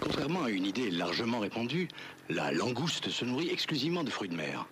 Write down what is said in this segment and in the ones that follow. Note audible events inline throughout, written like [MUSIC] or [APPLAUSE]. Contrairement à une idée largement répandue, la langouste se nourrit exclusivement de fruits de mer.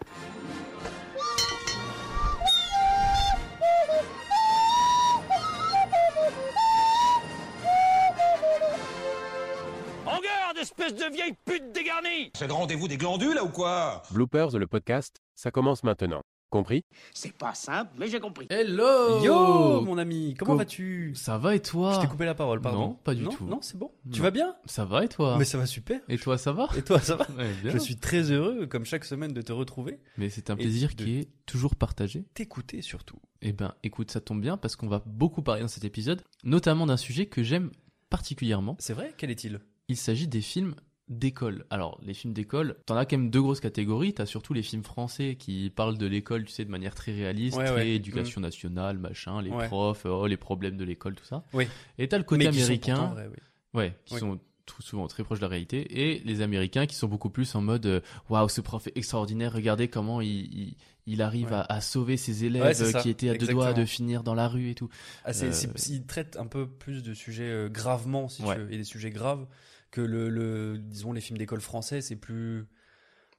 En garde, espèce de vieille pute dégarnie C'est le rendez-vous des glandules, là, ou quoi Bloopers, le podcast, ça commence maintenant. Compris C'est pas simple, mais j'ai compris. Hello Yo, Oh mon ami, comment Co- vas-tu Ça va et toi Je t'ai coupé la parole, pardon. Non, pas du non, tout. Non, c'est bon. Tu Non. vas bien Ça va et toi Mais ça va super. Et toi, ça va Et toi, ça va Ouais, bien. Je suis très heureux, comme chaque semaine, de te retrouver, Mais c'est un Et plaisir de- qui est toujours partagé. t'écouter surtout. Eh ben, écoute, ça tombe bien parce qu'on va beaucoup parler dans cet épisode, notamment d'un sujet que j'aime particulièrement. C'est vrai Quel est-il Il s'agit des films d'école. Alors, les films d'école, t'en as quand même deux grosses catégories. T'as surtout les films français qui parlent de l'école, tu sais, de manière très réaliste, Ouais, très ouais. Mm. éducation nationale, machin, les Ouais. profs, oh, les problèmes de l'école, tout ça. Oui. Et t'as le côté Mais qui sont américain. pourtant vrais, oui. Ouais, qui Oui. sont tr- souvent très proches de la réalité. Et les Américains qui sont beaucoup plus en mode euh, Waouh, ce prof est extraordinaire, regardez comment il, il, il arrive Ouais. à, à sauver ses élèves Ouais, c'est euh, ça, qui étaient à deux doigts exactement. de finir dans la rue et tout. Ah, c'est- Euh, c'est- Il traite un peu plus de sujets euh, gravement, si Ouais. tu veux, et des sujets graves que le, le- disons, les films d'école français, c'est plus,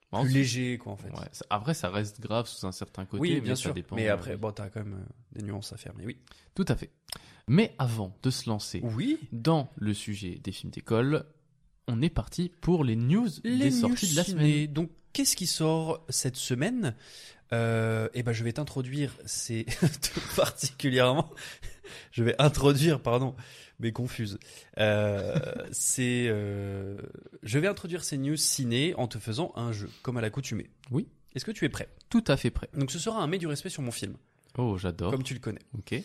Par plus contre, léger, quoi, en fait. ouais, ça- Après, ça reste grave sous un certain côté, oui, mais bien ça sûr. dépend. mais euh, après, bon, t'as quand même euh, des nuances à faire, mais oui. Tout à fait. Mais avant de se lancer Oui. dans le sujet des films d'école, on est parti pour les news des news sorties de la ciné. semaine. Donc, qu'est-ce qui sort cette semaine euh, Eh ben, je vais t'introduire ces [LAUGHS] tout particulièrement. Je vais introduire, pardon, mais confuse. Euh, c'est, euh, je vais introduire ces news ciné en te faisant un jeu, comme à l'accoutumée. Oui. Est-ce que tu es prêt Tout à fait prêt. Donc, ce sera un mets du respect sur mon film, Oh, j'adore. comme tu le connais. Ok.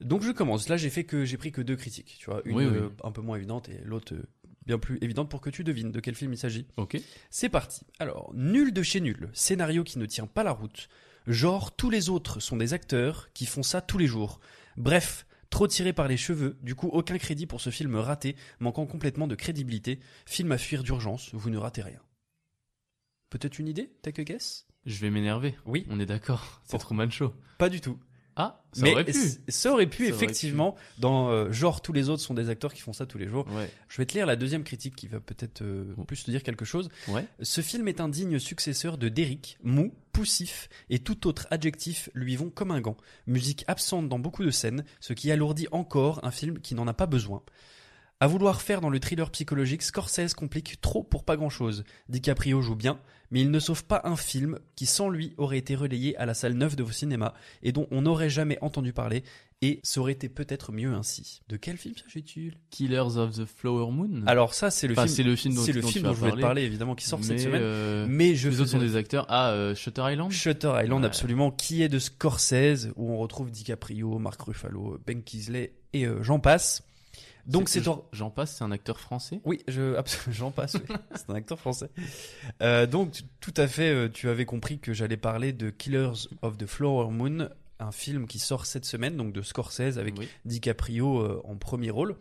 Donc, je commence. Là, j'ai fait que j'ai pris que deux critiques. Tu vois, une Oui, oui. euh, un peu moins évidente et l'autre euh, bien plus évidente pour que tu devines de quel film il s'agit. Ok. C'est parti. Alors, nul de chez nul, scénario qui ne tient pas la route. Genre, tous les autres sont des acteurs qui font ça tous les jours. Bref, trop tiré par les cheveux, du coup aucun crédit pour ce film raté, manquant complètement de crédibilité. Film à fuir d'urgence, vous ne ratez rien. Peut-être une idée Take a guess Je vais m'énerver. Oui. On est d'accord. C'est Pour- Truman Show. Pas du tout. Ah, ça Mais aurait pu. c- ça aurait pu, Ça aurait effectivement, dans euh, genre tous les autres sont des acteurs qui font ça tous les jours. Ouais. Je vais te lire la deuxième critique qui va peut-être euh, Oh. plus te dire quelque chose. Ouais. Ce film est un digne successeur de Derrick, mou, poussif, et tout autre adjectif lui vont comme un gant. Musique absente dans beaucoup de scènes, ce qui alourdit encore un film qui n'en a pas besoin. À vouloir faire dans le thriller psychologique, Scorsese complique trop pour pas grand-chose. DiCaprio joue bien, mais il ne sauve pas un film qui sans lui aurait été relayé à la salle neuve de vos cinémas et dont on n'aurait jamais entendu parler, et ça aurait été peut-être mieux ainsi. De quel film s'agit-il Killers of the Flower Moon. Alors ça, c'est le Enfin, film, c'est le film dont, c'est le dont film tu dont vas je voulais te parler, parler, évidemment, qui sort cette Mais, semaine. euh, Mais je les autres faisais sont des acteurs. Ah, euh, Shutter Island. Shutter Island, Ouais. absolument, qui est de Scorsese, où on retrouve DiCaprio, Mark Ruffalo, Ben Kingsley et euh, j'en passe. Donc c'est J'en or- j'en passe, c'est un acteur français. Oui, je absolument, j'en passe. [LAUGHS] oui. c'est un acteur français. Euh, donc tu- tout à fait, euh, tu avais compris que j'allais parler de Killers of the Flower Moon, un film qui sort cette semaine, donc de Scorsese avec oui. DiCaprio euh, en premier rôle.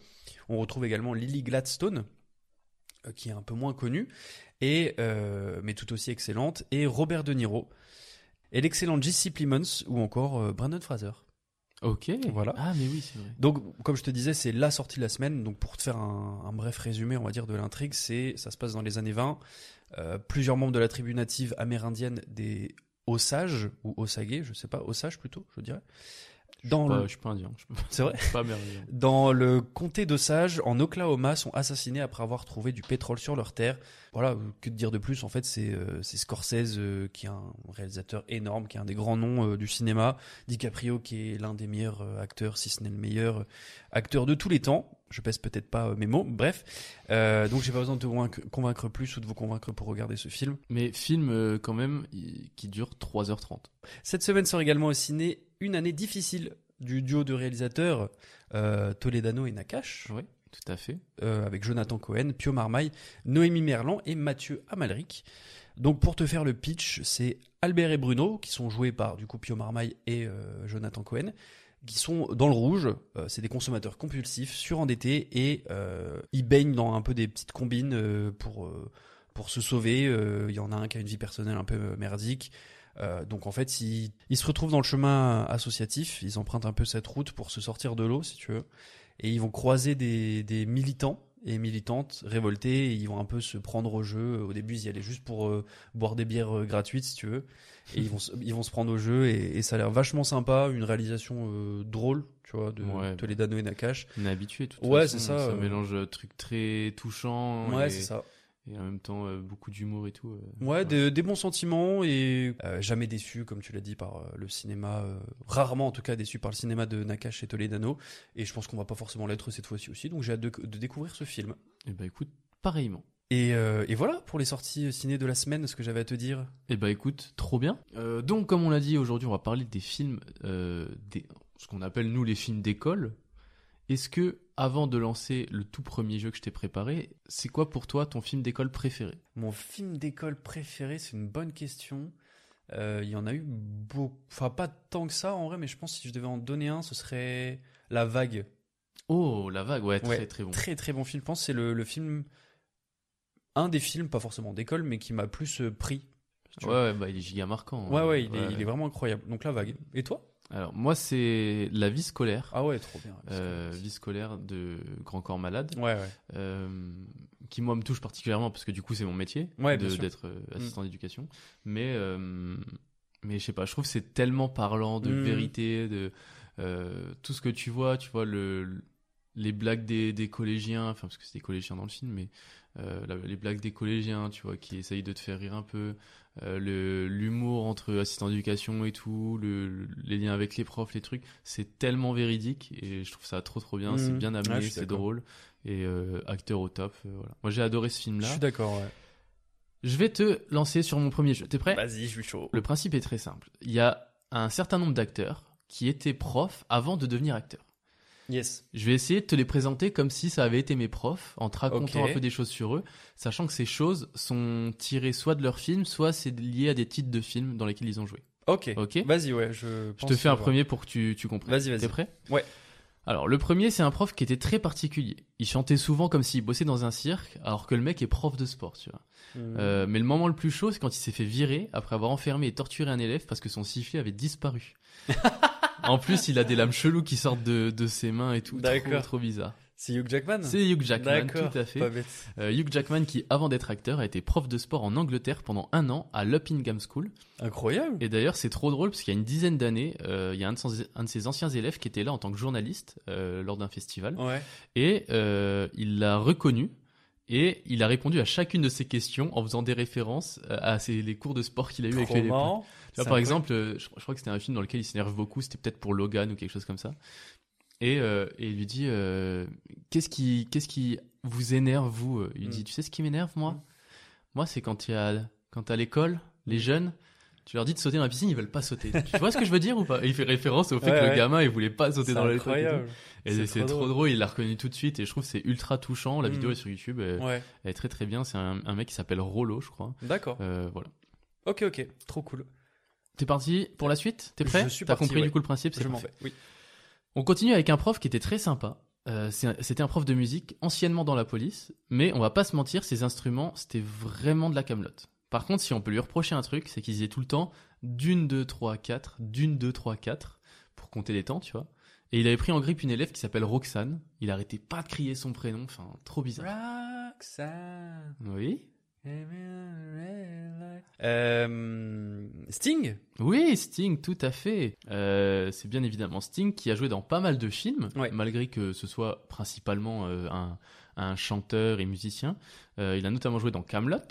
On retrouve également Lily Gladstone, euh, qui est un peu moins connue, et, euh, mais tout aussi excellente, et Robert De Niro, et l'excellent J.C. Plemons, ou encore euh, Brandon Fraser. Ok. Voilà. Ah, mais oui, c'est vrai. Donc, comme je te disais, c'est la sortie de la semaine. Donc, pour te faire un, un bref résumé, on va dire, de l'intrigue, c'est ça se passe dans les années 20. Euh, plusieurs membres de la tribu native amérindienne des Osages, ou Osage, je sais pas, Osages plutôt, je dirais. Dans je, suis pas, le... je suis pas indien. C'est vrai pas amérindien. Dans le comté d'Osage, en Oklahoma, sont assassinés après avoir trouvé du pétrole sur leur terre. Voilà, que te dire de plus En fait, c'est euh, Scorsese, euh, qui est un réalisateur énorme, qui est un des grands noms euh, du cinéma. DiCaprio, qui est l'un des meilleurs euh, acteurs, si ce n'est le meilleur euh, acteur de tous les temps. Je pèse peut-être pas euh, mes mots, bref. Euh, donc j'ai pas besoin de te convaincre, convaincre, plus ou de vous convaincre pour regarder ce film. Mais film euh, quand même qui dure 3h30. Cette semaine sort également au ciné une année difficile du duo de réalisateurs euh, Toledano et Nakash. Oui, tout à fait. Euh, avec Jonathan Cohen, Pio Marmaille, Noémie Merlan et Mathieu Amalric. Donc pour te faire le pitch, c'est Albert et Bruno, qui sont joués par du coup Pio Marmaille et euh, Jonathan Cohen, qui sont dans le rouge. Euh, c'est des consommateurs compulsifs, surendettés, et euh, ils baignent dans un peu des petites combines euh, pour, pour se sauver. Euh, Il y en a un qui a une vie personnelle un peu merdique. Euh, donc en fait, ils, ils, se retrouvent dans le chemin associatif, ils empruntent un peu cette route pour se sortir de l'eau, si tu veux, et ils vont croiser des, des militants et militantes révoltés, et ils vont un peu se prendre au jeu. Au début, ils y allaient juste pour euh, boire des bières euh, gratuites, si tu veux, et ils vont, ils vont se prendre au jeu, et, et ça a l'air vachement sympa, une réalisation euh, drôle, tu vois, de ouais, Toledano et Nakash. On est habitué, tout Ouais, c'est ça. euh. Ça mélange truc très touchant. Ouais, et... c'est ça et en même temps euh, beaucoup d'humour et tout. Euh, ouais, ouais. Des, des, bons sentiments et euh, jamais déçu, comme tu l'as dit, par euh, le cinéma, rarement en tout cas déçu par le cinéma de Nakash et Toledano, et je pense qu'on va pas forcément l'être cette fois-ci aussi, donc j'ai hâte de, de, découvrir ce film. Et bah écoute, pareillement. Et, euh, et voilà pour les sorties euh, ciné de la semaine, ce que j'avais à te dire. Et bah écoute, trop bien. Euh, donc comme on l'a dit aujourd'hui, on va parler des films, euh, des, ce qu'on appelle nous les films d'école, est-ce que, avant de lancer le tout premier jeu que je t'ai préparé, c'est quoi pour toi ton film d'école préféré Mon film d'école préféré, c'est une bonne question. Il euh, y en a eu beaucoup. Enfin, pas tant que ça en vrai, mais je pense que si je devais en donner un, ce serait La Vague. Oh, La Vague, ouais, très ouais, très bon. Très très bon film. Je pense c'est le, le, film. Un des films, pas forcément d'école, mais qui m'a plus euh, pris. Ouais, ouais, bah, il est giga marquant. Ouais, ouais, il, ouais, est, il est vraiment incroyable. Donc La Vague. Et toi alors moi c'est la vie scolaire. Ah ouais, trop bien. La vie, scolaire. Euh, vie scolaire de Grand Corps Malade. Ouais. ouais. Euh, qui moi me touche particulièrement parce que du coup c'est mon métier ouais, Mm. d'être assistant mmh. d'éducation. Mais euh, mais je sais pas, je trouve c'est tellement parlant de Mm. mmh. vérité, de euh, tout ce que tu vois, tu vois le les blagues des, des collégiens, enfin parce que c'est des collégiens dans le film, mais euh, la, les blagues des collégiens, tu vois, qui essayent de te faire rire un peu, euh, l'humour entre assistants d'éducation et tout, le, le, les liens avec les profs, les trucs, c'est tellement véridique et je trouve ça trop trop bien, mmh. c'est bien amené, ah, c'est drôle et euh, acteur au top, voilà. Moi j'ai adoré ce film-là. Je suis d'accord. Ouais. Je vais te lancer sur mon premier jeu. T'es prêt Vas-y, je suis chaud. Le principe est très simple. Il y a un certain nombre d'acteurs qui étaient profs avant de devenir acteurs. Yes. Je vais essayer de te les présenter comme si ça avait été mes profs, en te racontant okay. un peu des choses sur eux, sachant que ces choses sont tirées soit de leurs films, soit c'est lié à des titres de films dans lesquels ils ont joué. Ok. Ok. Vas-y, ouais. Je, je te fais un voir. premier pour que tu, tu comprennes. Vas-y, vas-y. T'es prêt Ouais. Alors, le premier, c'est un prof qui était très particulier. Il chantait souvent comme s'il bossait dans un cirque, alors que le mec est prof de sport, tu vois. Hmm. Mmh. Euh, mais le moment le plus chaud, c'est quand il s'est fait virer après avoir enfermé et torturé un élève parce que son sifflet avait disparu. en plus, il a des lames cheloues qui sortent de, de ses mains et tout. Trop, trop bizarre. C'est Hugh Jackman C'est Hugh Jackman, tout à fait. Pas bête. Euh, Hugh Jackman qui, avant d'être acteur, a été prof de sport en Angleterre pendant un an à l'Uppingham School. Incroyable Et d'ailleurs, c'est trop drôle parce qu'il y a une dizaine d'années, euh, il y a un de, son, un de, ses anciens élèves qui était là en tant que journaliste euh, lors d'un festival. Ouais. Et euh, il l'a reconnu et il a répondu à chacune de ces questions en faisant des références euh, à ses, les cours de sport qu'il a eu avec les marrant. Là, par exemple, euh, je, je, crois que c'était un film dans lequel il s'énerve beaucoup, c'était peut-être pour Logan ou quelque chose comme ça. Et, euh, et il lui dit euh, Qu'est-ce qui, qu'est-ce qui vous énerve, vous Il lui mm. dit Tu sais ce qui m'énerve, moi mm. Moi, c'est quand, il y a, quand à l'école, les jeunes, tu leur dis de sauter dans la piscine, ils veulent pas sauter. tu vois ce que je veux dire ou pas et Il fait référence au fait ouais, que ouais. le gamin, il voulait pas sauter dans la piscine. Et c'est trop, drôle, il l'a reconnu tout de suite et je trouve c'est ultra touchant. La mm. vidéo est sur YouTube, elle, ouais. elle est très très bien. C'est un, un, mec qui s'appelle Rollo, je crois. D'accord. Euh, voilà. Ok, ok, trop cool. T'es parti pour la suite T'es prêt Je suis T'as parti, compris ouais. du coup le principe c'est Je m'en parfait. vais, oui. On continue avec un prof qui était très sympa. Euh, c'est- c'était un prof de musique, anciennement dans la police, mais on va pas se mentir, ses instruments, c'était vraiment de la camelote. Par contre, si on peut lui reprocher un truc, c'est qu'il disait tout le temps d'une, deux, trois, quatre, d'une, deux, trois, quatre, pour compter les temps, tu vois. Et il avait pris en grippe une élève qui s'appelle Roxane. Il arrêtait pas de crier son prénom, enfin, trop bizarre. Roxanne. Oui Euh, Sting Oui, Sting, tout à fait. Euh, c'est bien évidemment Sting qui a joué dans pas mal de films, malgré que ce soit principalement euh, un, un chanteur et musicien. Euh, il a notamment joué dans Camelot.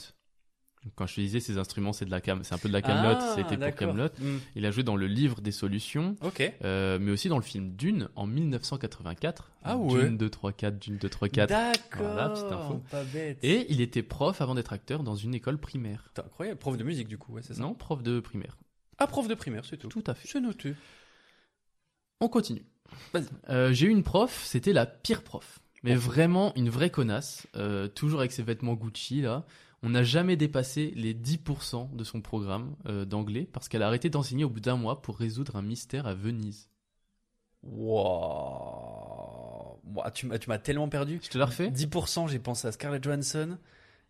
Quand je te disais ses instruments, c'est de la cam, c'est un peu de la Camelot. Ah, C'était pour d'accord. Camelot. Mm. Il a joué dans le livre des solutions. Ok. Euh, mais aussi dans le film Dune en 1984. Ah ouais. Dune 2 3 4, Dune 2 3 4. Voilà, D'accord, petite info. pas bête. Et il était prof avant d'être acteur dans une école primaire. T'es incroyable, prof de musique du coup, ouais, c'est ça Non, prof de primaire. Ah, prof de primaire, c'est tout. Tout à fait. C'est noté. On continue. Vas-y. Oh. Euh, J'ai eu une prof, c'était la pire prof. Mais vraiment une vraie connasse, euh, toujours avec ses vêtements Gucci là. On n'a jamais dépassé les 10% de son programme euh, d'anglais parce qu'elle a arrêté d'enseigner au bout d'un mois pour résoudre un mystère à Venise. Wow. Ouah, tu m'as tu m'as tellement perdu. Je te la refais 10%, j'ai pensé à Scarlett Johansson.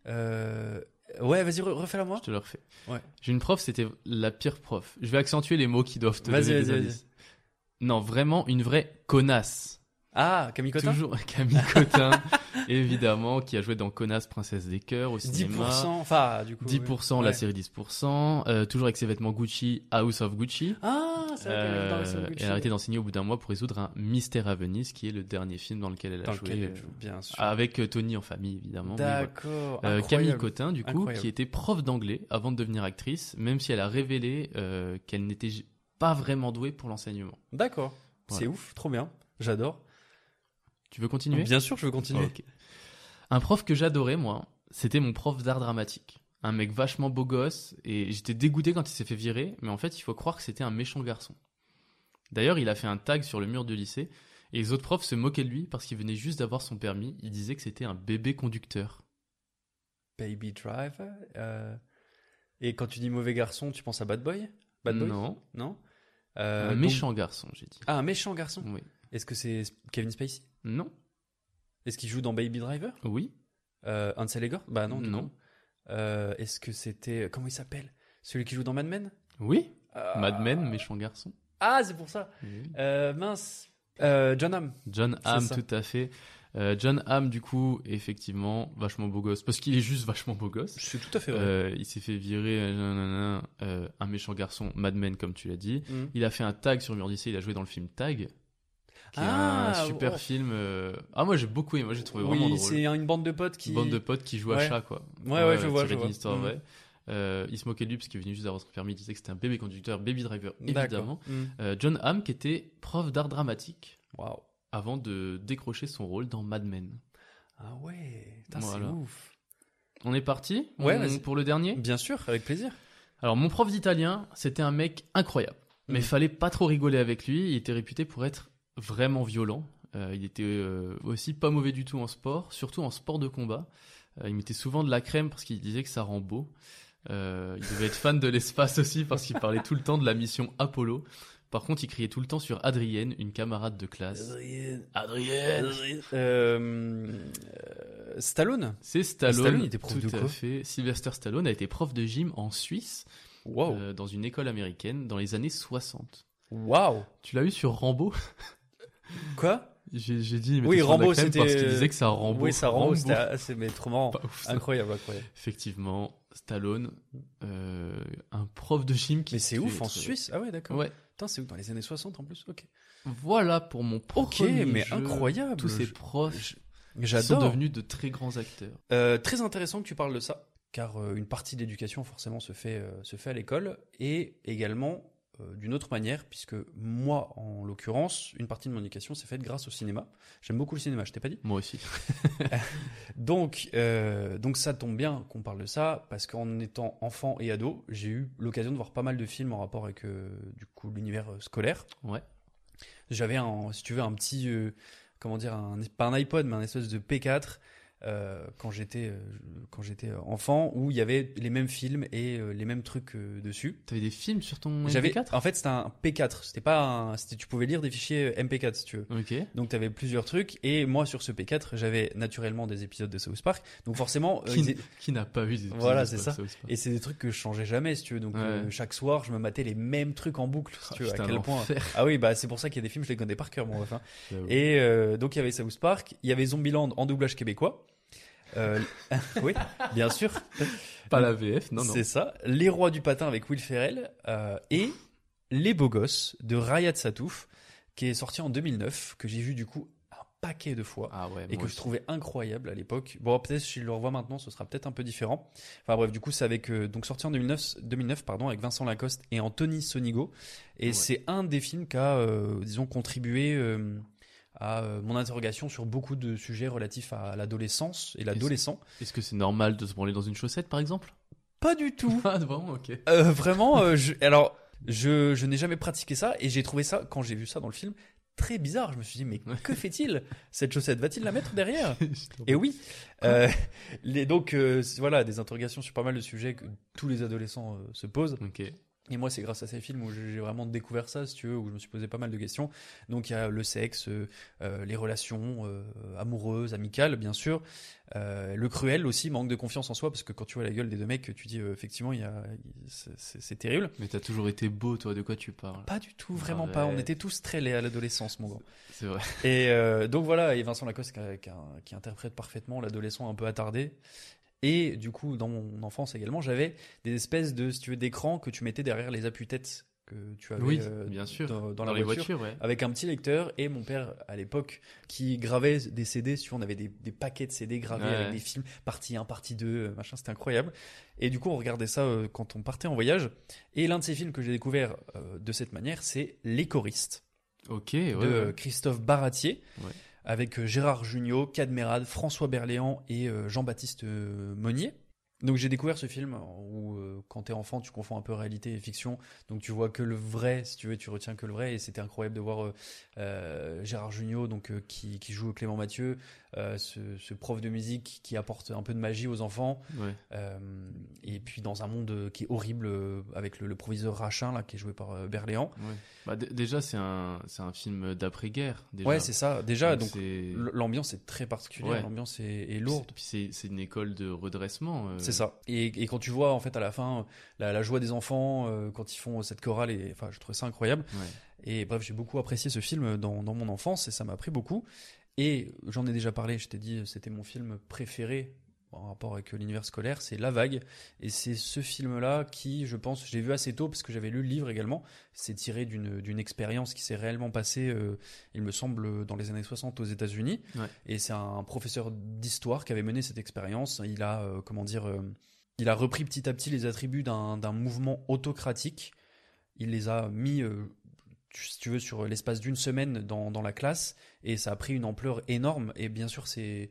Euh, Ouais, vas-y, re- refais-la moi. Je te le refais. Ouais. J'ai une prof, c'était la pire prof. Je vais accentuer les mots qui doivent te Vas-y, donner des vas-y, vas-y. indices. Non, vraiment une vraie connasse. Ah, Camille Cotin Toujours [LAUGHS] Camille Cotin, évidemment, qui a joué dans Connasse, Princesse des Cœurs au cinéma. 10%, enfin, du coup. 10%, ouais. la Ouais. série 10%, euh, toujours avec ses vêtements Gucci, House of Gucci. Ah, c'est vrai qu'elle est dans la série Euh, Gucci. elle a arrêté d'enseigner au bout d'un mois pour résoudre un mystère à Venise, qui est le dernier film dans lequel elle a Dans joué. lequel elle euh, joue, bien sûr. Avec euh, Tony en famille, évidemment. mais voilà. D'accord. Euh, incroyable. Camille Cotin, du coup, Incroyable. qui était prof d'anglais avant de devenir actrice, même si elle a révélé euh, qu'elle n'était j- pas vraiment douée pour l'enseignement. D'accord. Voilà. C'est ouf, trop bien. J'adore. Tu veux continuer Bien sûr, je veux continuer. Ok. Un prof que j'adorais, moi, c'était mon prof d'art dramatique. Un mec vachement beau gosse, et j'étais dégoûté quand il s'est fait virer, mais en fait, il faut croire que c'était un méchant garçon. D'ailleurs, il a fait un tag sur le mur du lycée, et les autres profs se moquaient de lui parce qu'il venait juste d'avoir son permis, il disait que c'était un bébé conducteur. Baby Driver. euh, Et quand tu dis mauvais garçon, tu penses à Bad Boy Bad Boy Non. Non Euh, un donc- méchant garçon, j'ai dit. Ah, un méchant garçon. Oui. Est-ce que c'est Sp- Kevin Spacey Non Est-ce qu'il joue dans Baby Driver Oui euh, Ansel Elgort Bah non. du Non. coup. Euh, Est-ce que c'était. Comment il s'appelle Celui qui joue dans Mad Men Oui Ah. Mad Men, méchant garçon. Ah, c'est pour ça Oui. Euh, Mince Euh, John Hamm. John C'est Hamm, ça. tout à fait. Euh, John Hamm, du coup, effectivement, vachement beau gosse. Parce qu'il est juste vachement beau gosse. C'est tout à fait Euh, il s'est fait virer, euh, nanana, euh, un méchant garçon, Mad Men, comme tu l'as dit. Mm. Il a fait un tag sur le mur du lycée, il a joué dans le film Tag. Qui est Ah, un super oh. film. euh, Ah, moi j'ai beaucoup aimé, moi j'ai trouvé vraiment Oui, drôle. c'est une bande de potes qui. Bande de potes qui jouent à Ouais. chat, quoi. Ouais, ouais, je vois, tiré je d'une vois. histoire Mm. vraie. Euh, il se moquait de lui parce qu'il venait juste d'avoir son permis, il disait que c'était un bébé conducteur, baby driver, D'accord. évidemment. Mm. Euh, John Hamm, qui était prof d'art dramatique Waouh. avant de décrocher son rôle dans Mad Men. Ah ouais, putain, Voilà. c'est ouf. On est parti Ouais, On- vas-y. Pour le dernier Bien sûr, avec plaisir. Alors, mon prof d'italien, c'était un mec incroyable. Mais Mhm. fallait pas trop rigoler avec lui. Il était réputé pour être vraiment violent. Euh, il était euh, aussi pas mauvais du tout en sport, surtout en sport de combat. Euh, il mettait souvent de la crème parce qu'il disait que ça rend beau. Euh, il devait être fan de l'espace aussi parce qu'il parlait tout le temps de la mission Apollo. Par contre, il criait tout le temps sur Adrienne, une camarade de classe. Adrienne Euh, euh, Stallone C'est Stallone. Stallone était prof tout de à quoi fait. Sylvester Stallone a été prof de gym en Suisse, Waouh. euh, dans une école américaine, dans les années 60. Waouh. Tu l'as eu sur Rambo [LAUGHS] Quoi J'ai j'ai dit, il mettait Oui, souvent de la Rambo, crème c'était. parce qu'il disait que ça Rambo. Oui, ça Rambo, c'était assez, mais trop marrant. Pas ouf, ça. Incroyable, incroyable. Effectivement, Stallone, euh, un prof de gym qui. Mais c'est qui ouf est en très- Suisse. Ah ouais, d'accord. Ouais. Putain, c'est ouf dans les années 60 en plus. Ok. Voilà pour mon Ok, premier mais jeu. incroyable. Tous ces Je- profs qui sont J'adore. devenus de très grands acteurs. Euh, très intéressant que tu parles de ça, car euh, une partie de l'éducation forcément se fait, euh, se fait à l'école, et également euh, d'une autre manière, puisque moi, en l'occurrence, une partie de mon éducation s'est faite grâce au cinéma. J'aime beaucoup le cinéma, je t'ai pas dit. Moi aussi. [LAUGHS] Donc, euh, donc ça tombe bien qu'on parle de ça, parce qu'en étant enfant et ado, j'ai eu l'occasion de voir pas mal de films en rapport avec euh, du coup l'univers euh, scolaire. Ouais. J'avais un, si tu veux, un petit, euh, comment dire, un, pas un iPod, mais un espèce de P4 euh, quand j'étais euh, quand j'étais enfant où il y avait les mêmes films et euh, les mêmes trucs euh, dessus. T'avais des films sur ton J'avais MP4 en fait c'était un P4, c'était pas un c'était tu pouvais lire des fichiers MP4 si tu veux. Ok. Donc t'avais plusieurs trucs et moi sur ce P4, j'avais naturellement des épisodes de South Park. Donc forcément euh, Qui, ils n- é- qui n'a pas vu des épisodes voilà, de c'est South ça. Park, South Park Et c'est des trucs que je changeais jamais, si tu veux. Donc Ouais. euh, chaque soir, je me matais les mêmes trucs en boucle, si Ah, tu veux. putain, à quel point l'enfer. Ah oui, bah c'est pour ça qu'il y a des films, je les connais par cœur, mon enfin. J'avoue. Et euh, donc il y avait South Park, il y avait Zombieland en doublage québécois. Euh, [LAUGHS] oui, bien sûr. Pas la VF, non, non. C'est ça. Les Rois du patin avec Will Ferrell euh, et Les Beaux Gosses de Rayad Satouf, qui est sorti en 2009, que j'ai vu du coup un paquet de fois Ah ouais, et moi que je aussi. trouvais incroyable à l'époque. Bon, peut-être si je le revois maintenant, ce sera peut-être un peu différent. Enfin bref, du coup, c'est avec euh, donc sorti en 2009, 2009 pardon, avec Vincent Lacoste et Anthony Sonigo, et Ouais. c'est un des films qui a, euh, disons, contribué. euh, à euh, mon interrogation sur beaucoup de sujets relatifs à l'adolescence et l'adolescent. Est-ce que c'est normal de se branler dans une chaussette, par exemple Pas du tout. [LAUGHS] Ah, vraiment, ok. Euh, vraiment, euh, je, alors, je, je n'ai jamais pratiqué ça et j'ai trouvé ça, quand j'ai vu ça dans le film, très bizarre. Je me suis dit, mais que fait-il Cette chaussette, va-t-il la [LAUGHS] mettre derrière Et oui. Euh, les, donc, euh, c'est- voilà, des interrogations sur pas mal de sujets que tous les adolescents euh, se posent. Ok. Et moi, c'est grâce à ces films où j'ai j'ai vraiment découvert ça, si tu veux, où je me suis posé pas mal de questions. Donc, il y a le sexe, euh, euh, les relations euh, amoureuses, amicales, bien sûr. Euh, le cruel aussi, manque de confiance en soi, parce que quand tu vois la gueule des deux mecs, tu dis, euh, effectivement, il y a, c'est- c'est c'est terrible. Mais t'as toujours été beau, toi, de quoi tu parles Pas du tout, vraiment pas. On Arrête. était tous très laids à l'adolescence, mon grand. C'est vrai. Et euh, donc voilà, et Vincent Lacoste qui, qui- qui interprète parfaitement l'adolescent un peu attardé. Et du coup, dans mon enfance également, j'avais des espèces de, si tu veux, d'écran que tu mettais derrière les appuis-têtes que tu avais Oui, euh, bien sûr. dans, dans Dans la les voiture. voitures, ouais. Avec un petit lecteur et mon père à l'époque qui gravait des CD. Si on avait des, des paquets de CD gravés Ouais. avec des films, partie 1, partie 2, euh, machin, c'était incroyable. Et du coup, on regardait ça euh, quand on partait en voyage. Et l'un de ces films que j'ai découvert euh, de cette manière, c'est Les choristes Ok, ouais. de ouais. euh, Christophe Baratier Ouais. avec euh, Gérard Jugnot, Cadmerade, François Berléand et euh, Jean-Baptiste euh, Monnier. Donc j'ai découvert ce film où euh, quand t'es enfant tu confonds un peu réalité et fiction, donc tu vois que le vrai, si tu veux, tu retiens que le vrai et c'était incroyable de voir euh, euh, Gérard Jugnot donc euh, qui, qui joue Clément Mathieu, euh, ce, ce prof de musique qui apporte un peu de magie aux enfants Ouais. euh, et puis dans un monde euh, qui est horrible euh, avec le, le proviseur Rachin là qui est joué par euh, Berléand. Ouais. Bah, d- déjà, c'est un, c'est un film d'après-guerre. déjà. Ouais c'est ça. Déjà donc c'est- L- L'ambiance est très particulière, Ouais. l'ambiance est, est lourde. Puis c'est c'est une école de redressement. euh. C'est ça. Et, et quand tu vois en fait à la fin la, la joie des enfants euh, quand ils font cette chorale, et, enfin je trouve ça incroyable. Ouais. Et bref, j'ai beaucoup apprécié ce film dans, dans mon enfance et ça m'a pris beaucoup. Et j'en ai déjà parlé, je t'ai dit, c'était mon film préféré en rapport avec l'univers scolaire, c'est La Vague. Et c'est ce film-là qui, je pense, j'ai vu assez tôt parce que j'avais lu le livre également. C'est tiré d'une d'une expérience qui s'est réellement passée, euh, il me semble, dans les années 60 aux États-Unis. Ouais. Et c'est un professeur d'histoire qui avait mené cette expérience. Il a, euh, comment dire, euh, il a repris petit à petit les attributs d'un d'un mouvement autocratique. Il les a mis, euh, tu- si tu veux, sur l'espace d'une semaine dans, dans la classe, et ça a pris une ampleur énorme. Et bien sûr, c'est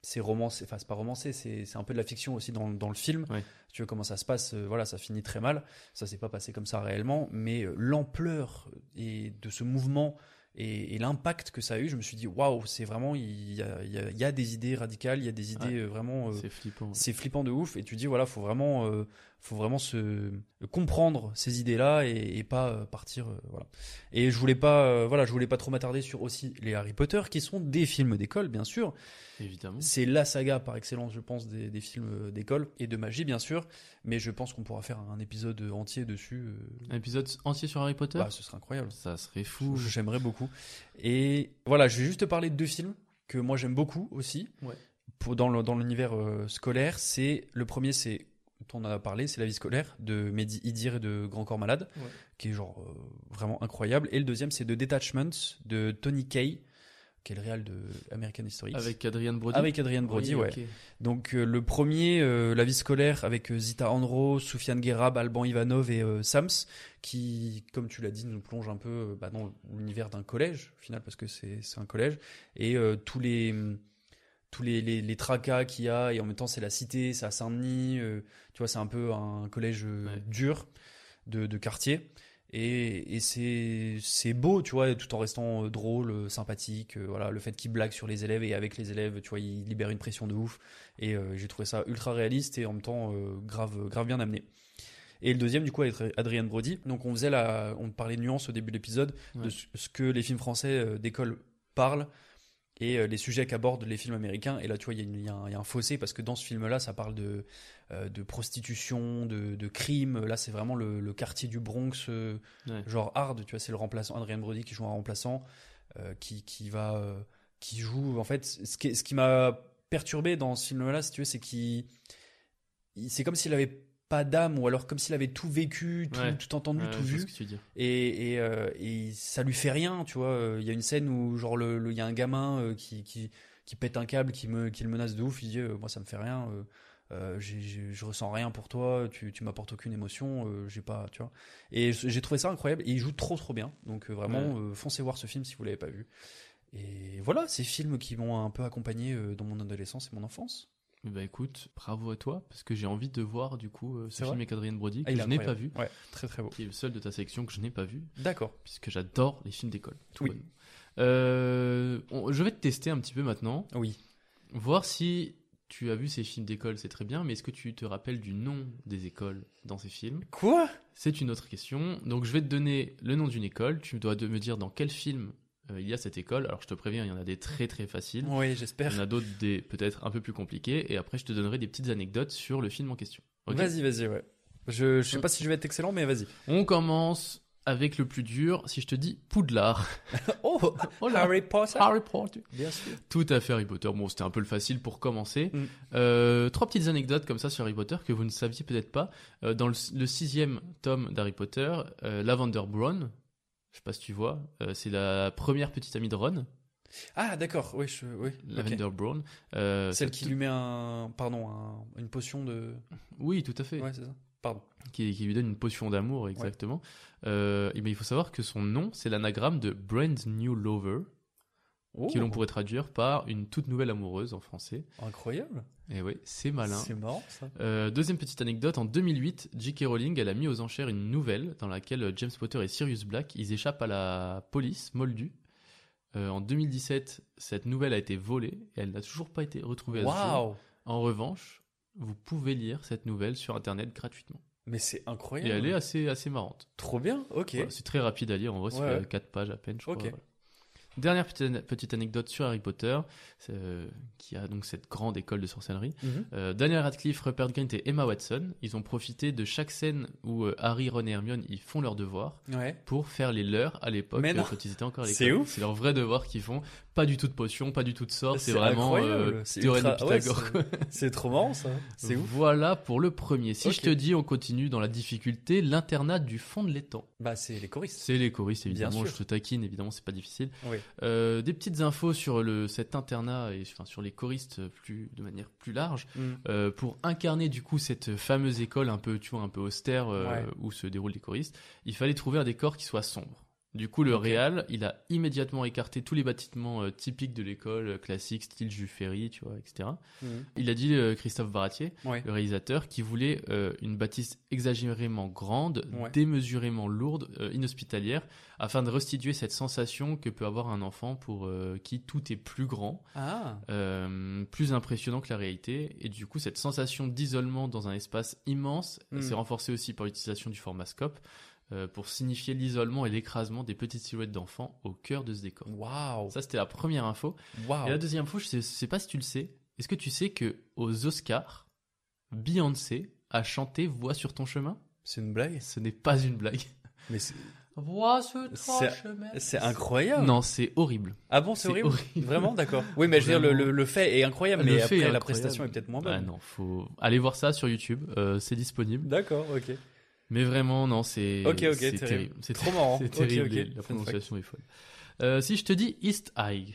c'est romancé, enfin c'est pas romancé, c'est c'est un peu de la fiction aussi dans, dans le film. Ouais. Tu vois comment ça se passe, euh, voilà, ça finit très mal. Ça s'est pas passé comme ça réellement, mais euh, l'ampleur et de ce mouvement et, et l'impact que ça a eu, je me suis dit waouh, c'est vraiment il y a, il y a- il y a des idées radicales, il y a des idées Ouais. euh, vraiment euh, C'est flippant. ouais. c'est flippant de ouf et tu dis voilà faut vraiment euh, faut vraiment se comprendre ces idées là et, et pas euh, partir euh, voilà et je voulais pas euh, voilà je voulais pas trop m'attarder sur aussi les Harry Potter qui sont des films d'école bien sûr Évidemment. c'est la saga par excellence je pense des, des films euh, d'école et de magie bien sûr mais je pense qu'on pourra faire un épisode entier dessus euh, Un épisode entier sur Harry Potter bah, ce serait incroyable Ça serait fou. je- J'aimerais beaucoup. Et voilà, je vais juste te parler de deux films que moi j'aime beaucoup aussi. Ouais. Pour, dans le- dans l'univers euh, scolaire, c'est le premier, c'est on en a parlé, c'est La vie scolaire de Mehdi Idir et de Grand Corps Malade, Ouais. qui est genre euh, vraiment incroyable. Et le deuxième, c'est The Detachment de Tony Kaye, qui est le réal de American History. X. Avec Adrian Brody. Avec Adrien Brody, Oui, ouais. ok. Donc euh, le premier, euh, la vie scolaire avec euh, Zita Andro, Soufiane Guerab, Alban Ivanov et euh, Sams, qui, comme tu l'as dit, nous plonge un peu euh, bah, dans l'univers d'un collège, au final, parce que c'est c'est un collège, et euh, tous les tous les, les, les tracas qu'il y a, et en même temps c'est la cité, c'est à Saint-Denis, euh, tu vois, c'est un peu un collège euh, Ouais. dur de, de quartier. Et, et c'est, c'est beau, tu vois, tout en restant euh, drôle, euh, sympathique. euh, voilà, le fait qu'il blague sur les élèves et avec les élèves, tu vois, il libère une pression de ouf. Et euh, j'ai trouvé ça ultra réaliste et en même temps euh, grave, grave bien amené. Et le deuxième, du coup, avec Adrien Brody. Donc, on faisait la, on parlait nuances au début de l'épisode de Ouais. ce ce que les films français euh, d'école parlent et euh, les sujets qu'abordent les films américains. Et là, tu vois, il y, a une- il y a un- il y a un fossé parce que dans ce film-là, ça parle de, euh, de prostitution, de, de crime. Là, c'est vraiment le, le quartier du Bronx, euh, Ouais. genre hard. Tu vois, c'est le remplaçant, Adrien Brody qui joue un remplaçant, euh, qui, qui va, euh, qui joue. En fait, ce qui, ce qui m'a perturbé dans ce film-là, si tu veux, c'est qu'il, il- c'est comme s'il avait pas d'âme ou alors comme s'il avait tout vécu, tout, Ouais. tout entendu, Ouais, tout je vois vu ce que tu veux dire. et, et, euh, et ça lui fait rien, tu vois. Euh, Il y a une scène où genre le le- il y a un gamin euh, qui, qui qui pète un câble, qui me qui le menace de ouf. Il dit euh, moi ça me fait rien, euh, euh, j'ai- j'ai- je ressens rien pour toi, tu tu m'apportes aucune émotion, euh, j'ai pas, tu vois. Et c- j'ai trouvé ça incroyable. Et il joue trop trop bien. Donc euh, vraiment euh, foncez voir ce film si vous l'avez pas vu. Et voilà, ces films qui m'ont un peu accompagné euh, dans mon adolescence et mon enfance. Eh ben, écoute, bravo à toi, parce que j'ai envie de voir du coup euh, C'est ce vrai film avec Adrien Ah, Brody que il est je n'ai pas vu, incroyable. Ouais, très très beau. qui est le seul de ta sélection que je n'ai pas vu, D'accord. puisque j'adore les films d'école. tout Oui. bonnement. Euh, on- je vais te tester un petit peu maintenant, Oui. voir si tu as vu ces films d'école, c'est très bien, mais est-ce que tu te rappelles du nom des écoles dans ces films Quoi C'est une autre question. Donc je vais te donner le nom d'une école, tu dois de- me dire dans quel film euh, il y a cette école. Alors je te préviens, il y en a des très très faciles. Oui, j'espère. Il y en a d'autres des peut-être un peu plus compliquées. Et après, je te donnerai des petites anecdotes sur le film en question. Ok Vas-y vas-y ouais. Je je sais pas si je vais être excellent mais vas-y. On commence avec le plus dur. Si je te dis Poudlard. [LAUGHS] [LAUGHS] Oh, là. Harry Potter. Harry Potter. Bien sûr. Tout à fait Harry Potter. Bon, c'était un peu le facile pour commencer. Mm. Euh, trois petites anecdotes comme ça sur Harry Potter que vous ne saviez peut-être pas. Euh, dans le, le sixième tome d'Harry Potter, euh, Lavender Brown, je sais pas si tu vois, euh, c'est la première petite amie de Ron, Ah d'accord, oui, je, oui. Lavender ok. Brown. Euh, Celle ça- qui lui met un, pardon, un- une potion de. Oui, tout à fait. Ouais, c'est ça. Pardon. qui, qui lui donne une potion d'amour, exactement. Euh, et ben, il faut savoir que son nom, c'est l'anagramme de Brand New Lover, Oh. que l'on pourrait traduire par une toute nouvelle amoureuse en français. Incroyable. Et Eh oui, c'est malin. C'est marrant ça. Euh, deuxième petite anecdote, en 2008, J.K. Rowling, elle a mis aux enchères une nouvelle dans laquelle euh, James Potter et Sirius Black, ils échappent à la police moldue. Euh, en 2017, cette nouvelle a été volée et elle n'a toujours pas été retrouvée à ce jour. Waouh. En revanche, vous pouvez lire cette nouvelle sur Internet gratuitement. Mais c'est Et incroyable. elle est assez, assez marrante. Trop bien. Ok. Voilà, c'est très rapide à lire, en vrai, c'est Ouais, ouais. 4 pages à peine, je crois. Ok. voilà. Dernière petite, an- petite anecdote sur Harry Potter, c'est, euh, qui a donc cette grande école de sorcellerie. Mhm. Euh, Daniel Radcliffe, Rupert Grint et Emma Watson, ils ont profité de chaque scène où euh, Harry, Ron et Hermione ils font leur devoir Ouais. pour faire les leurs à l'époque Mais euh, non. quand ils étaient encore à l'école. C'est ouf. leur vrai devoir qu'ils font. Pas du tout de potion, pas du tout de sort, c'est vraiment euh, incroyable. C'est théorème ultra- de ouais, Pythagore. c'est- c'est trop marrant ça. C'est ouf. Voilà pour le premier. Si je Ok. te dis, on continue dans la difficulté, l'internat du fond de l'étang. Bah c'est les choristes. C'est les choristes, Bien évidemment. sûr. Je te taquine, évidemment, c'est pas difficile. Oui. Euh, des petites infos sur le, cet internat et enfin, sur les choristes euh, plus, de manière plus large. Mm. Euh, pour incarner du coup cette fameuse école un peu, tu vois, un peu austère euh, Ouais. où se déroulent les choristes, il fallait trouver un décor qui soit sombre. Du coup, le Real, il a immédiatement écarté tous les bâtiments euh, typiques de l'école euh, classique, style Jules Ferry, tu vois, etc. Mhm. Il a dit euh, Christophe Baratier, Ouais. le réalisateur, qui voulait euh, une bâtisse exagérément grande, Ouais. démesurément lourde, euh, inhospitalière, afin de restituer cette sensation que peut avoir un enfant pour euh, qui tout est plus grand, Ah. euh, plus impressionnant que la réalité. Et du coup, cette sensation d'isolement dans un espace immense Mm. s'est renforcée aussi par l'utilisation du format scope euh, pour signifier l'isolement et l'écrasement des petites silhouettes d'enfants au cœur de ce décor. Waouh. Ça, c'était la première info. Et la Waouh. deuxième fois, je sais, sais pas si tu le sais. Est-ce que tu sais que aux Oscars, Beyoncé a chanté Voix sur ton chemin C'est une blague. Ce n'est pas une blague. Mais c'est- Voix sur ton C'est- chemin. c'est incroyable. Non, c'est horrible. Ah bon, c'est C'est horrible. horrible. Vraiment, d'accord. Oui, mais je veux dire, le, le, le fait est incroyable, Le mais fait après est la incroyable. prestation est peut-être moins bonne. Ah non, faut aller voir ça sur YouTube. euh, c'est disponible. D'accord, ok. Mais vraiment, non, c'est Ok, ok, c'est terrible. terrible. C'est Trop marrant. [LAUGHS] C'est Ok, terrible. ok. les- Fun La fact. prononciation est folle. Euh, si je te dis East High,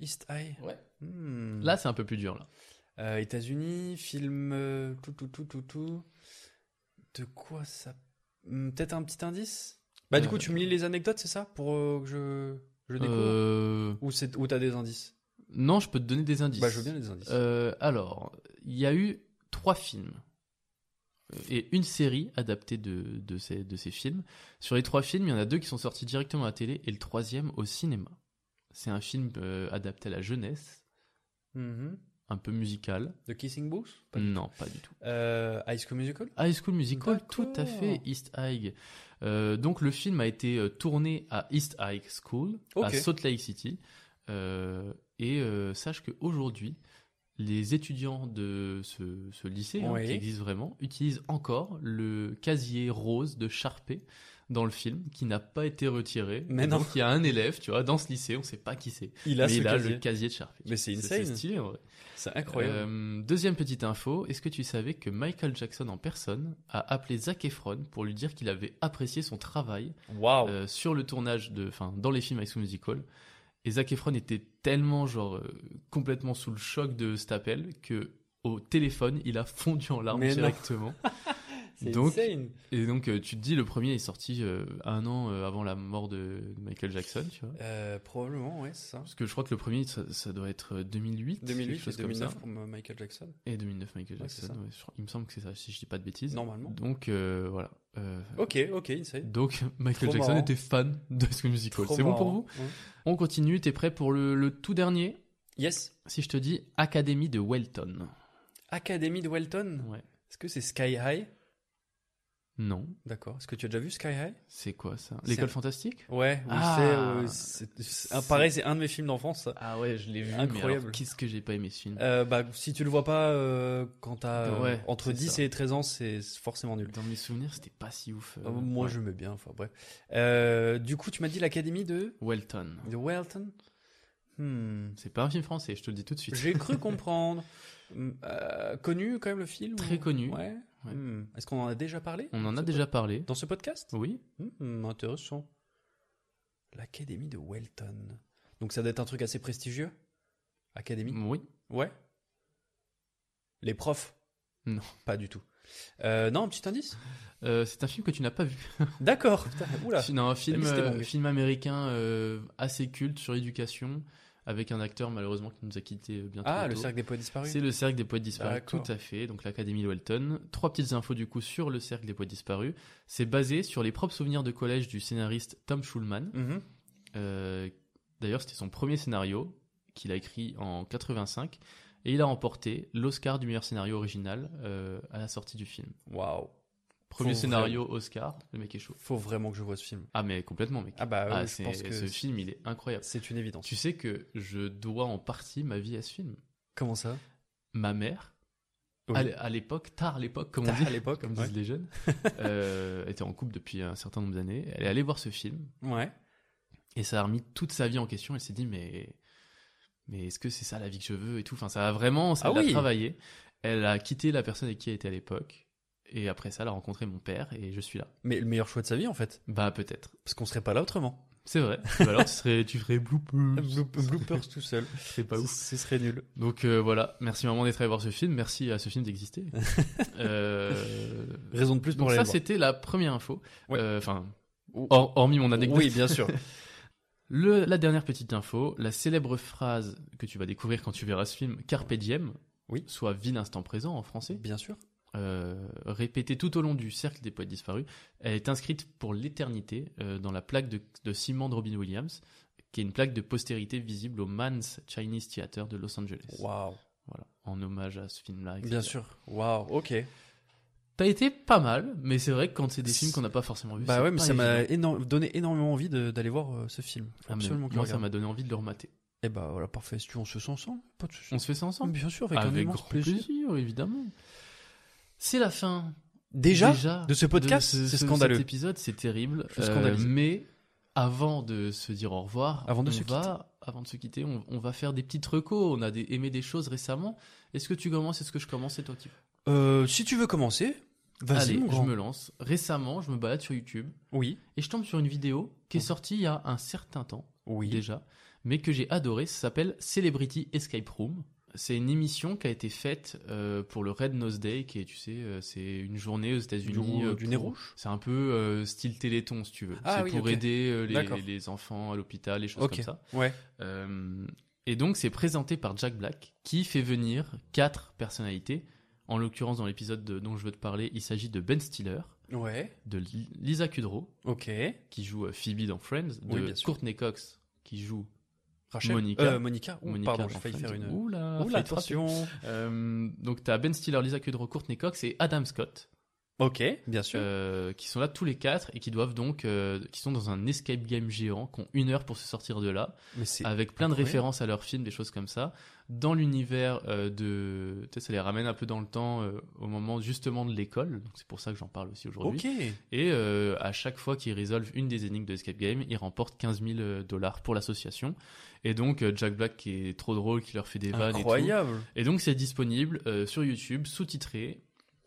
East High. Ouais. Hmm. là c'est un peu plus dur. Là. Euh, États-Unis, film euh, tout tout tout tout tout. De quoi ça Hmm, Peut-être un petit indice. Bah du Euh, coup, tu me lis les anecdotes, c'est ça, pour euh, que je je découvre. Euh, Ou c'est ou t'as des indices. Non, je peux te donner des indices. Bah je veux bien les indices. Euh, alors, il y a eu trois films et une série adaptée de, de, ces, de ces films. Sur les trois films, il y en a deux qui sont sortis directement à la télé et le troisième au cinéma. C'est un film euh, adapté à la jeunesse, Mhm. un peu musical. The Kissing Booth Pas du Non, pas du tout. tout. Euh, High School Musical High School Musical, tout à D'accord. fait, East High. Euh, donc le film a été euh, tourné à East High School, à Ok. Salt Lake City. Euh, et euh, sache qu'aujourd'hui, les étudiants de ce, ce lycée, hein, Oui. qui existe vraiment, utilisent encore le casier rose de Sharpay dans le film, qui n'a pas été retiré. Mais non. Donc il y a un élève, tu vois, dans ce lycée, on ne sait pas qui c'est. Il a mais ce il a casier. le casier de Sharpay. Mais c'est insane. C'est stylé, hein. en vrai. C'est incroyable. Euh, deuxième petite info, est-ce que tu savais que Michael Jackson en personne a appelé Zac Efron pour lui dire qu'il avait apprécié son travail Waouh euh, sur le tournage de, enfin, dans les films High School Musical Et Zac Efron était tellement genre euh, complètement sous le choc de cet appel que au téléphone, il a fondu en larmes Mais non. directement. [LAUGHS] C'est donc, insane. et donc euh, tu te dis le premier est sorti euh, un an euh, avant la mort de Michael Jackson, tu vois. Euh, probablement, ouais, c'est ça. Parce que je crois que le premier ça, ça doit être euh, 2008, 2008 quelque et chose comme ça. 2009 pour euh, Michael Jackson. Et 2009 Michael Ouais, Jackson, c'est ça. ouais, je crois- il me semble que c'est ça, si je dis pas de bêtises. Normalement. Donc euh, voilà. Euh, Ok, ok, insane. Donc [LAUGHS] Michael Trop Jackson marrant. était fan de ce musical. Trop C'est bon pour marrant. vous Ouais. On continue, t'es prêt pour le, le tout dernier Yes. Si je te dis Académie de Welton. Académie de Welton. Ouais. Est-ce que c'est Sky High Non, D'accord. Est-ce que tu as déjà vu Sky High c'est quoi ça C'est L'école un- fantastique Ouais, oui, Ah. c'est, euh, c'est- c'est- ah, pareil, c'est un de mes films d'enfance. ça. Ah ouais, je l'ai vu. Incroyable. Incroyable. Qu'est-ce que j'ai pas aimé ce film Euh, bah, si tu le vois pas euh, quand t'as euh, Ouais, entre c'est 10 ça. et 13 ans, c'est forcément nul. Dans mes souvenirs, c'était pas si ouf. euh, Euh, Moi, ouais. je me bien. Enfin, bref. Euh, du coup, tu m'as dit l'académie de Welton. de Welton. Hmm. C'est pas un film français, je te le dis tout de suite. J'ai [LAUGHS] cru comprendre. Hum, euh, connu quand même le film. Très connu. Ouais. Ouais. Hmm. Est-ce qu'on en a déjà parlé On en dans a ce déjà pod- parlé. dans ce podcast Oui Hmm, intéressant. L'académie de Welton. Donc ça doit être un truc assez prestigieux. Académie. Oui. Ouais. Les profs. Non. Pas du tout. Euh, non, un petit indice. Euh, c'est un film que tu n'as pas vu. D'accord. Putain, Oula. [LAUGHS] Non, un film, liste est euh, longue. film américain euh, assez culte sur l'éducation, avec un acteur malheureusement qui nous a euh, quitté bientôt. Ah, le cercle des poètes disparus. C'est le cercle des poètes disparus, tout D'accord. à fait. Donc l'Académie de Welton. Trois petites infos du coup sur le cercle des poètes disparus. C'est basé sur les propres souvenirs de collège du scénariste Tom Schulman. Mhm. Euh, D'ailleurs, c'était son premier scénario qu'il a écrit en 85 et il a remporté l'Oscar du meilleur scénario original euh, à la sortie du film. Waouh. Premier Faut scénario Oscar, le mec est chaud. Faut vraiment que je vois ce film. Ah mais complètement mec. Ah bah, Ah, oui, je c'est- pense que ce film, il est incroyable. c'est une évidence. Tu sais que je dois en partie ma vie à ce film. Comment ça Ma mère, Oui. à l- à l'époque, tard à l'époque, comme Tard on dit, à l'époque, comme ouais. disent [LAUGHS] les jeunes, euh, était en couple depuis un certain nombre d'années. Elle est allée voir ce film Ouais. et ça a remis toute sa vie en question. Elle s'est dit mais mais est-ce que c'est ça la vie que je veux et tout. Enfin, ça a vraiment, ça Ah l'a oui. travaillé. Elle a quitté la personne avec qui elle était à l'époque et après ça, elle a rencontré mon père et je suis là. Mais le meilleur choix de sa vie en fait, Bah peut-être. parce qu'on serait pas là autrement. C'est vrai. Ou alors tu serais, tu ferais bloopers. [LAUGHS] Bloop- Bloopers tout seul. [LAUGHS] C'est pas ouf. Ce serait nul. Donc euh, voilà, merci maman d'être allé voir ce film, merci à ce film [LAUGHS] d'exister. Euh, Raison de plus pour Donc aller ça le voir. c'était la première info, Ouais. Euh, enfin hor- hormis mon anecdote. Oui, bien [LAUGHS] sûr. Le- la dernière petite info, la célèbre phrase que tu vas découvrir quand tu verras ce film, Carpe diem, Oui. soit vie l'instant présent en français, bien sûr. euh, répétée tout au long du cercle des poètes disparus, elle est inscrite pour l'éternité euh, dans la plaque de, de ciment de Robin Williams, qui est une plaque de postérité visible au Mans Chinese Theater de Los Angeles. Waouh. Voilà, en hommage à ce film-là. etc. Bien sûr. Waouh. Ok. T'as été pas mal, mais c'est vrai que quand c'est des films qu'on n'a pas forcément vus. Bah c'est ouais, mais pas ça m'a évident. énorme- donné énormément envie de- d'aller voir euh, ce film. Faut Ah, mais absolument que moi, je ça regarde. m'a donné envie de le remater. Eh bah voilà, parfait. Si tu veux, on se sent ensemble, pas de soucis. On se fait ça ensemble Bien sûr, avec, un immense grand plaisir. évidemment. C'est la fin. Déjà, de ce podcast, de ce- c'est ce- scandaleux. Cet épisode, c'est terrible. euh, Je suis scandalisé. mais avant de se dire au revoir, Avant de on se va, avant de se quitter, on, on va faire des petites recos. On a des- aimé des choses récemment. Est-ce que tu commences Est-ce que je commence C'est toi qui. Euh, si tu veux commencer, vas-y. Allez, mon je grand. me lance. Récemment, je me balade sur YouTube. Oui. Oh. Et je tombe sur une vidéo qui est sortie il y a un certain temps Oui. déjà, mais que j'ai adoré. Ça s'appelle Celebrity Escape Room. C'est une émission qui a été faite euh, pour le Red Nose Day, qui est, tu sais, euh, c'est une journée aux Du États-Unis. rou- euh, du pour- nez rouge C'est un peu euh, style Téléthon, si tu veux. Ah c'est oui, pour ok. aider euh, D'accord. les, les enfants à l'hôpital, les choses Ok. comme ça. Ouais. Euh, et donc, c'est présenté par Jack Black, qui fait venir quatre personnalités En l'occurrence, dans l'épisode de- dont je veux te parler, il s'agit de Ben Stiller, Ouais. de Li- Lisa Kudrow, Ok. qui joue euh, Phoebe dans Friends, de Oui, bien sûr. Courtney Cox, qui joue Rachel. Monica. Euh, Monica. Ouh, Monica pardon, j'ai dans failli Friends. faire une. Oula, Oula, failli te frapper. attention. Euh, donc, tu as Ben Stiller, Lisa Kudrow, Courtney Cox et Adam Scott. Ok, bien sûr. euh, qui sont là tous les quatre et qui doivent donc, euh, qui sont dans un escape game géant, qui ont une heure pour se sortir de là, Mais c'est avec plein de incroyable. références à leurs films, des choses comme ça, dans l'univers euh, de, tu sais, ça les ramène un peu dans le temps, euh, au moment justement de l'école. Donc c'est pour ça que j'en parle aussi aujourd'hui. Ok. Et euh, à chaque fois qu'ils résolvent une des énigmes de Escape Game, ils remportent 15 000 dollars pour l'association. Et donc euh, Jack Black qui est trop drôle, qui leur fait des vannes. et tout. Incroyable. Et, donc c'est disponible euh, sur YouTube, sous-titré.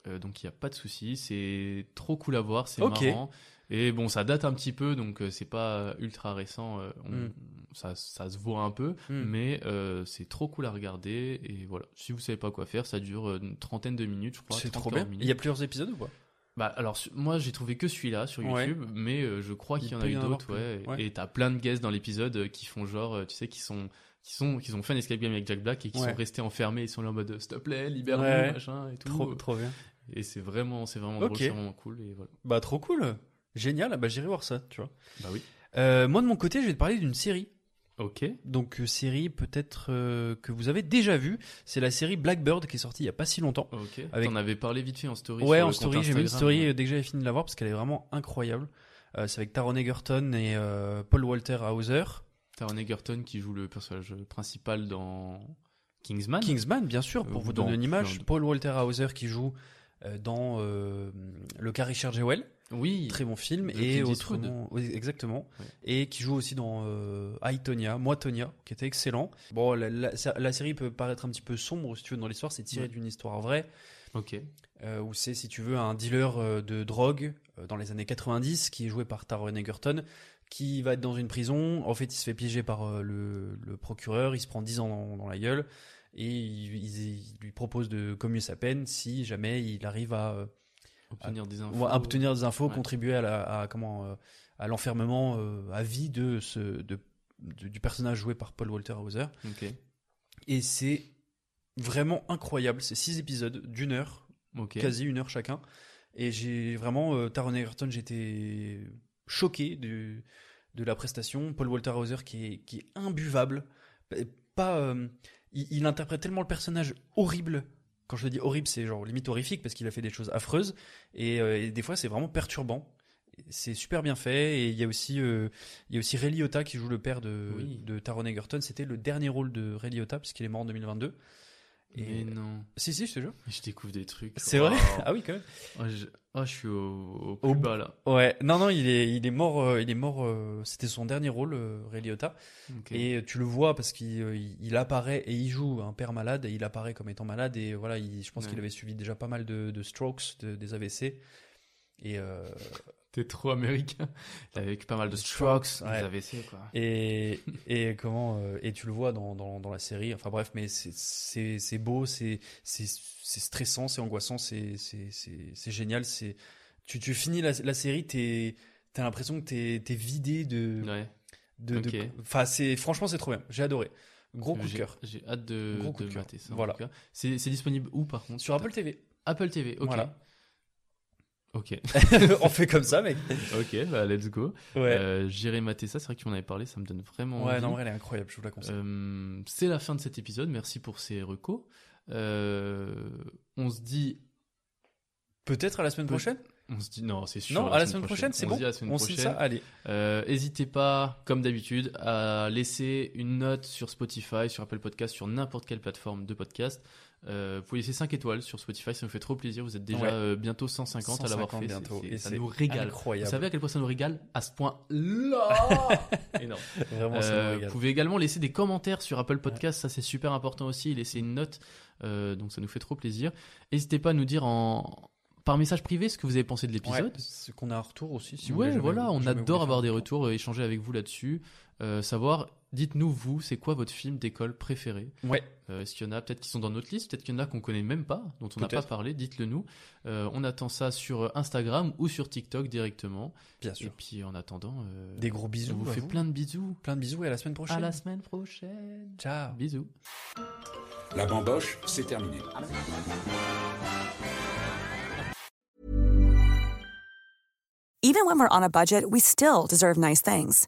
Euh, donc il n'y a pas de souci, c'est trop cool à voir, c'est Ok. marrant. Et bon, ça date un petit peu, donc euh, c'est pas ultra récent, euh, on- Mm. ça, ça se voit un peu, Mm. mais euh, c'est trop cool à regarder. Et voilà, si vous savez pas quoi faire, ça dure euh, une trentaine de minutes, je crois. C'est 30, trop bien. 40 minutes. Il y a plusieurs épisodes ou pas Bah alors su- moi j'ai trouvé que celui-là sur Ouais. YouTube, mais euh, je crois Il qu'il y en peut a y eu en avoir d'autres, ouais. plus. Ouais. Et t'as plein de guests dans l'épisode euh, qui font genre, euh, tu sais, qui sont qui sont qui ont fait un escape game avec Jack Black et qui Ouais. sont restés enfermés, ils sont là en mode s'il te plaît libère-nous Ouais. machin et tout. Trop, trop bien. Et c'est vraiment c'est vraiment Ok. drôle, c'est vraiment cool et voilà. Bah trop cool. Génial. Bah j'irai voir ça, tu vois. Bah oui. Euh, moi de mon côté, je vais te parler d'une série. Ok. Donc euh, série peut-être euh, que vous avez déjà vue. C'est la série Blackbird qui est sortie il y a pas si longtemps. Ok. Avec- T'en avais parlé vite fait en story. ouais, sur en le story, compte j'ai mis une Instagram, story ouais. euh, dès que j'avais fini de la voir parce qu'elle est vraiment incroyable. Euh, c'est avec Taron Egerton et euh, Paul Walter Hauser. Taron Egerton qui joue le personnage principal dans Kingsman. Kingsman, bien sûr, pour Euh, vous dans- donner une image. dans- Paul Walter Hauser qui joue euh, dans euh, Le cas Richard Jewell, Oui. très bon film, De et Clint Eastwood. autrement, oui, exactement, Ouais. et qui joue aussi dans euh, I, Tonya, Moi Tonya, qui était excellent. Bon, la, la- ça- la série peut paraître un petit peu sombre, si tu veux, dans l'histoire, c'est tiré Ouais. d'une histoire vraie, Ok. euh, où c'est, si tu veux, un dealer euh, de drogue euh, dans les années 90 qui est joué par Taron Egerton qui va être dans une prison. En fait, il se fait piéger par euh, le, le procureur, il se prend 10 ans dans, dans la gueule et il, il- il lui propose de commuer sa peine si jamais il arrive à, euh, Obtenir des infos. ou à obtenir des infos, Ouais. contribuer à, la- à comment euh, à l'enfermement euh, à vie de ce de- de- du personnage joué par Paul Walter Hauser. Ok. Et c'est vraiment incroyable. C'est six épisodes d'une heure Ok. quasi une heure chacun. Et j'ai vraiment, euh, Taron Egerton, j'étais choqué du, de la prestation. Paul Walter Hauser qui est, qui est imbuvable. Pas, euh, il, il interprète tellement le personnage horrible. Quand je te dis horrible, c'est genre limite horrifique parce qu'il a fait des choses affreuses. Et, euh, et des fois, c'est vraiment perturbant. C'est super bien fait. Et il y a aussi, euh, il y a aussi Ray Liotta qui joue le père de, Oui. de Taron Egerton. C'était le dernier rôle de Ray Liotta puisqu'il est mort en 2022. Mais non. Si, si, je te jure. Je découvre des trucs. C'est Waouh. vrai Ah oui, quand même. Oh, je, oh, je suis au, au Au- plus bas là. Ouais, non, non, il est, il est mort, euh, il est mort, euh, c'était son dernier rôle, euh, Ray Liotta. Ok. Et tu le vois parce qu'il euh, il- il apparaît et il joue un père malade et il apparaît comme étant malade. Et voilà, il- je pense Ouais. qu'il avait subi déjà pas mal de, de strokes, de- des AVC. Et, euh, T'es [LAUGHS] trop américain. Avec pas mal de strokes, Ouais. des AVC quoi. et, et comment, euh, et tu le vois dans, dans, dans la série. Enfin bref, mais c'est- c'est c'est beau, c'est c'est c'est stressant, c'est angoissant, c'est c'est- c'est c'est génial. c'est Tu, tu finis la, la série, t'es- t'as l'impression que t'es t'es vidé de. Ouais. de, de- Ok. enfin c'est franchement c'est trop bien j'ai adoré gros coup de J'ai- cœur J'ai hâte de, Gros coup de de cœur. mater ça. en Voilà. tout cas. C'est c'est disponible où par contre sur Apple TV Apple TV, ok. Voilà. Ok, [LAUGHS] on fait comme ça mec ok, bah let's go. ouais Euh, J'irai mater ça, c'est vrai que tu en avais parlé, ça me donne vraiment. ouais envie. non en vrai, elle est incroyable je vous la conseille Euh, c'est la fin de cet épisode, merci pour ces recos. Euh, on se dit. peut-être à la semaine peut- prochaine On se dit, non, c'est sûr. non à la semaine prochaine c'est On bon se dit à la semaine on signe prochaine. ça allez Euh, N'hésitez pas, comme d'habitude, à laisser une note sur Spotify, sur Apple Podcast, sur n'importe quelle plateforme de podcast. Euh, vous pouvez laisser 5 étoiles sur Spotify, ça nous fait trop plaisir. Vous êtes déjà Ouais. euh, bientôt 150, à l'avoir 150 fait. c'est- bientôt c'est- et ça c'est nous régale. Vous incroyable savez à quel point ça nous régale à [LAUGHS] ce point-là Énorme. vraiment ça Euh, nous vous régale pouvez également laisser des commentaires sur Apple Podcast, ça c'est super important aussi, laisser une note, euh, donc ça nous fait trop plaisir. N'hésitez pas à nous dire en par message privé ce que vous avez pensé de l'épisode. Ouais, ce qu'on a un retour aussi si vous Ouais, voulez, jamais voilà, vous- on jamais vous adore voulez avoir faire des un retours, euh, échanger avec vous là-dessus, euh, savoir, dites-nous vous, c'est quoi votre film d'école préféré ouais Euh, Est-ce qu'il y en a peut-être qui sont dans notre liste, peut-être qu'il y en a qu'on connaît même pas, dont on n'a pas Peut-être. parlé, dites-le nous. Euh, on attend ça sur Instagram ou sur TikTok directement. bien Et sûr puis en attendant, euh, des gros bisous on vous à fait plein de bisous. plein de bisous et à la semaine prochaine À la semaine prochaine. ciao Bisous. La bamboche, c'est terminé. Even when we're on a budget, we still deserve nice things.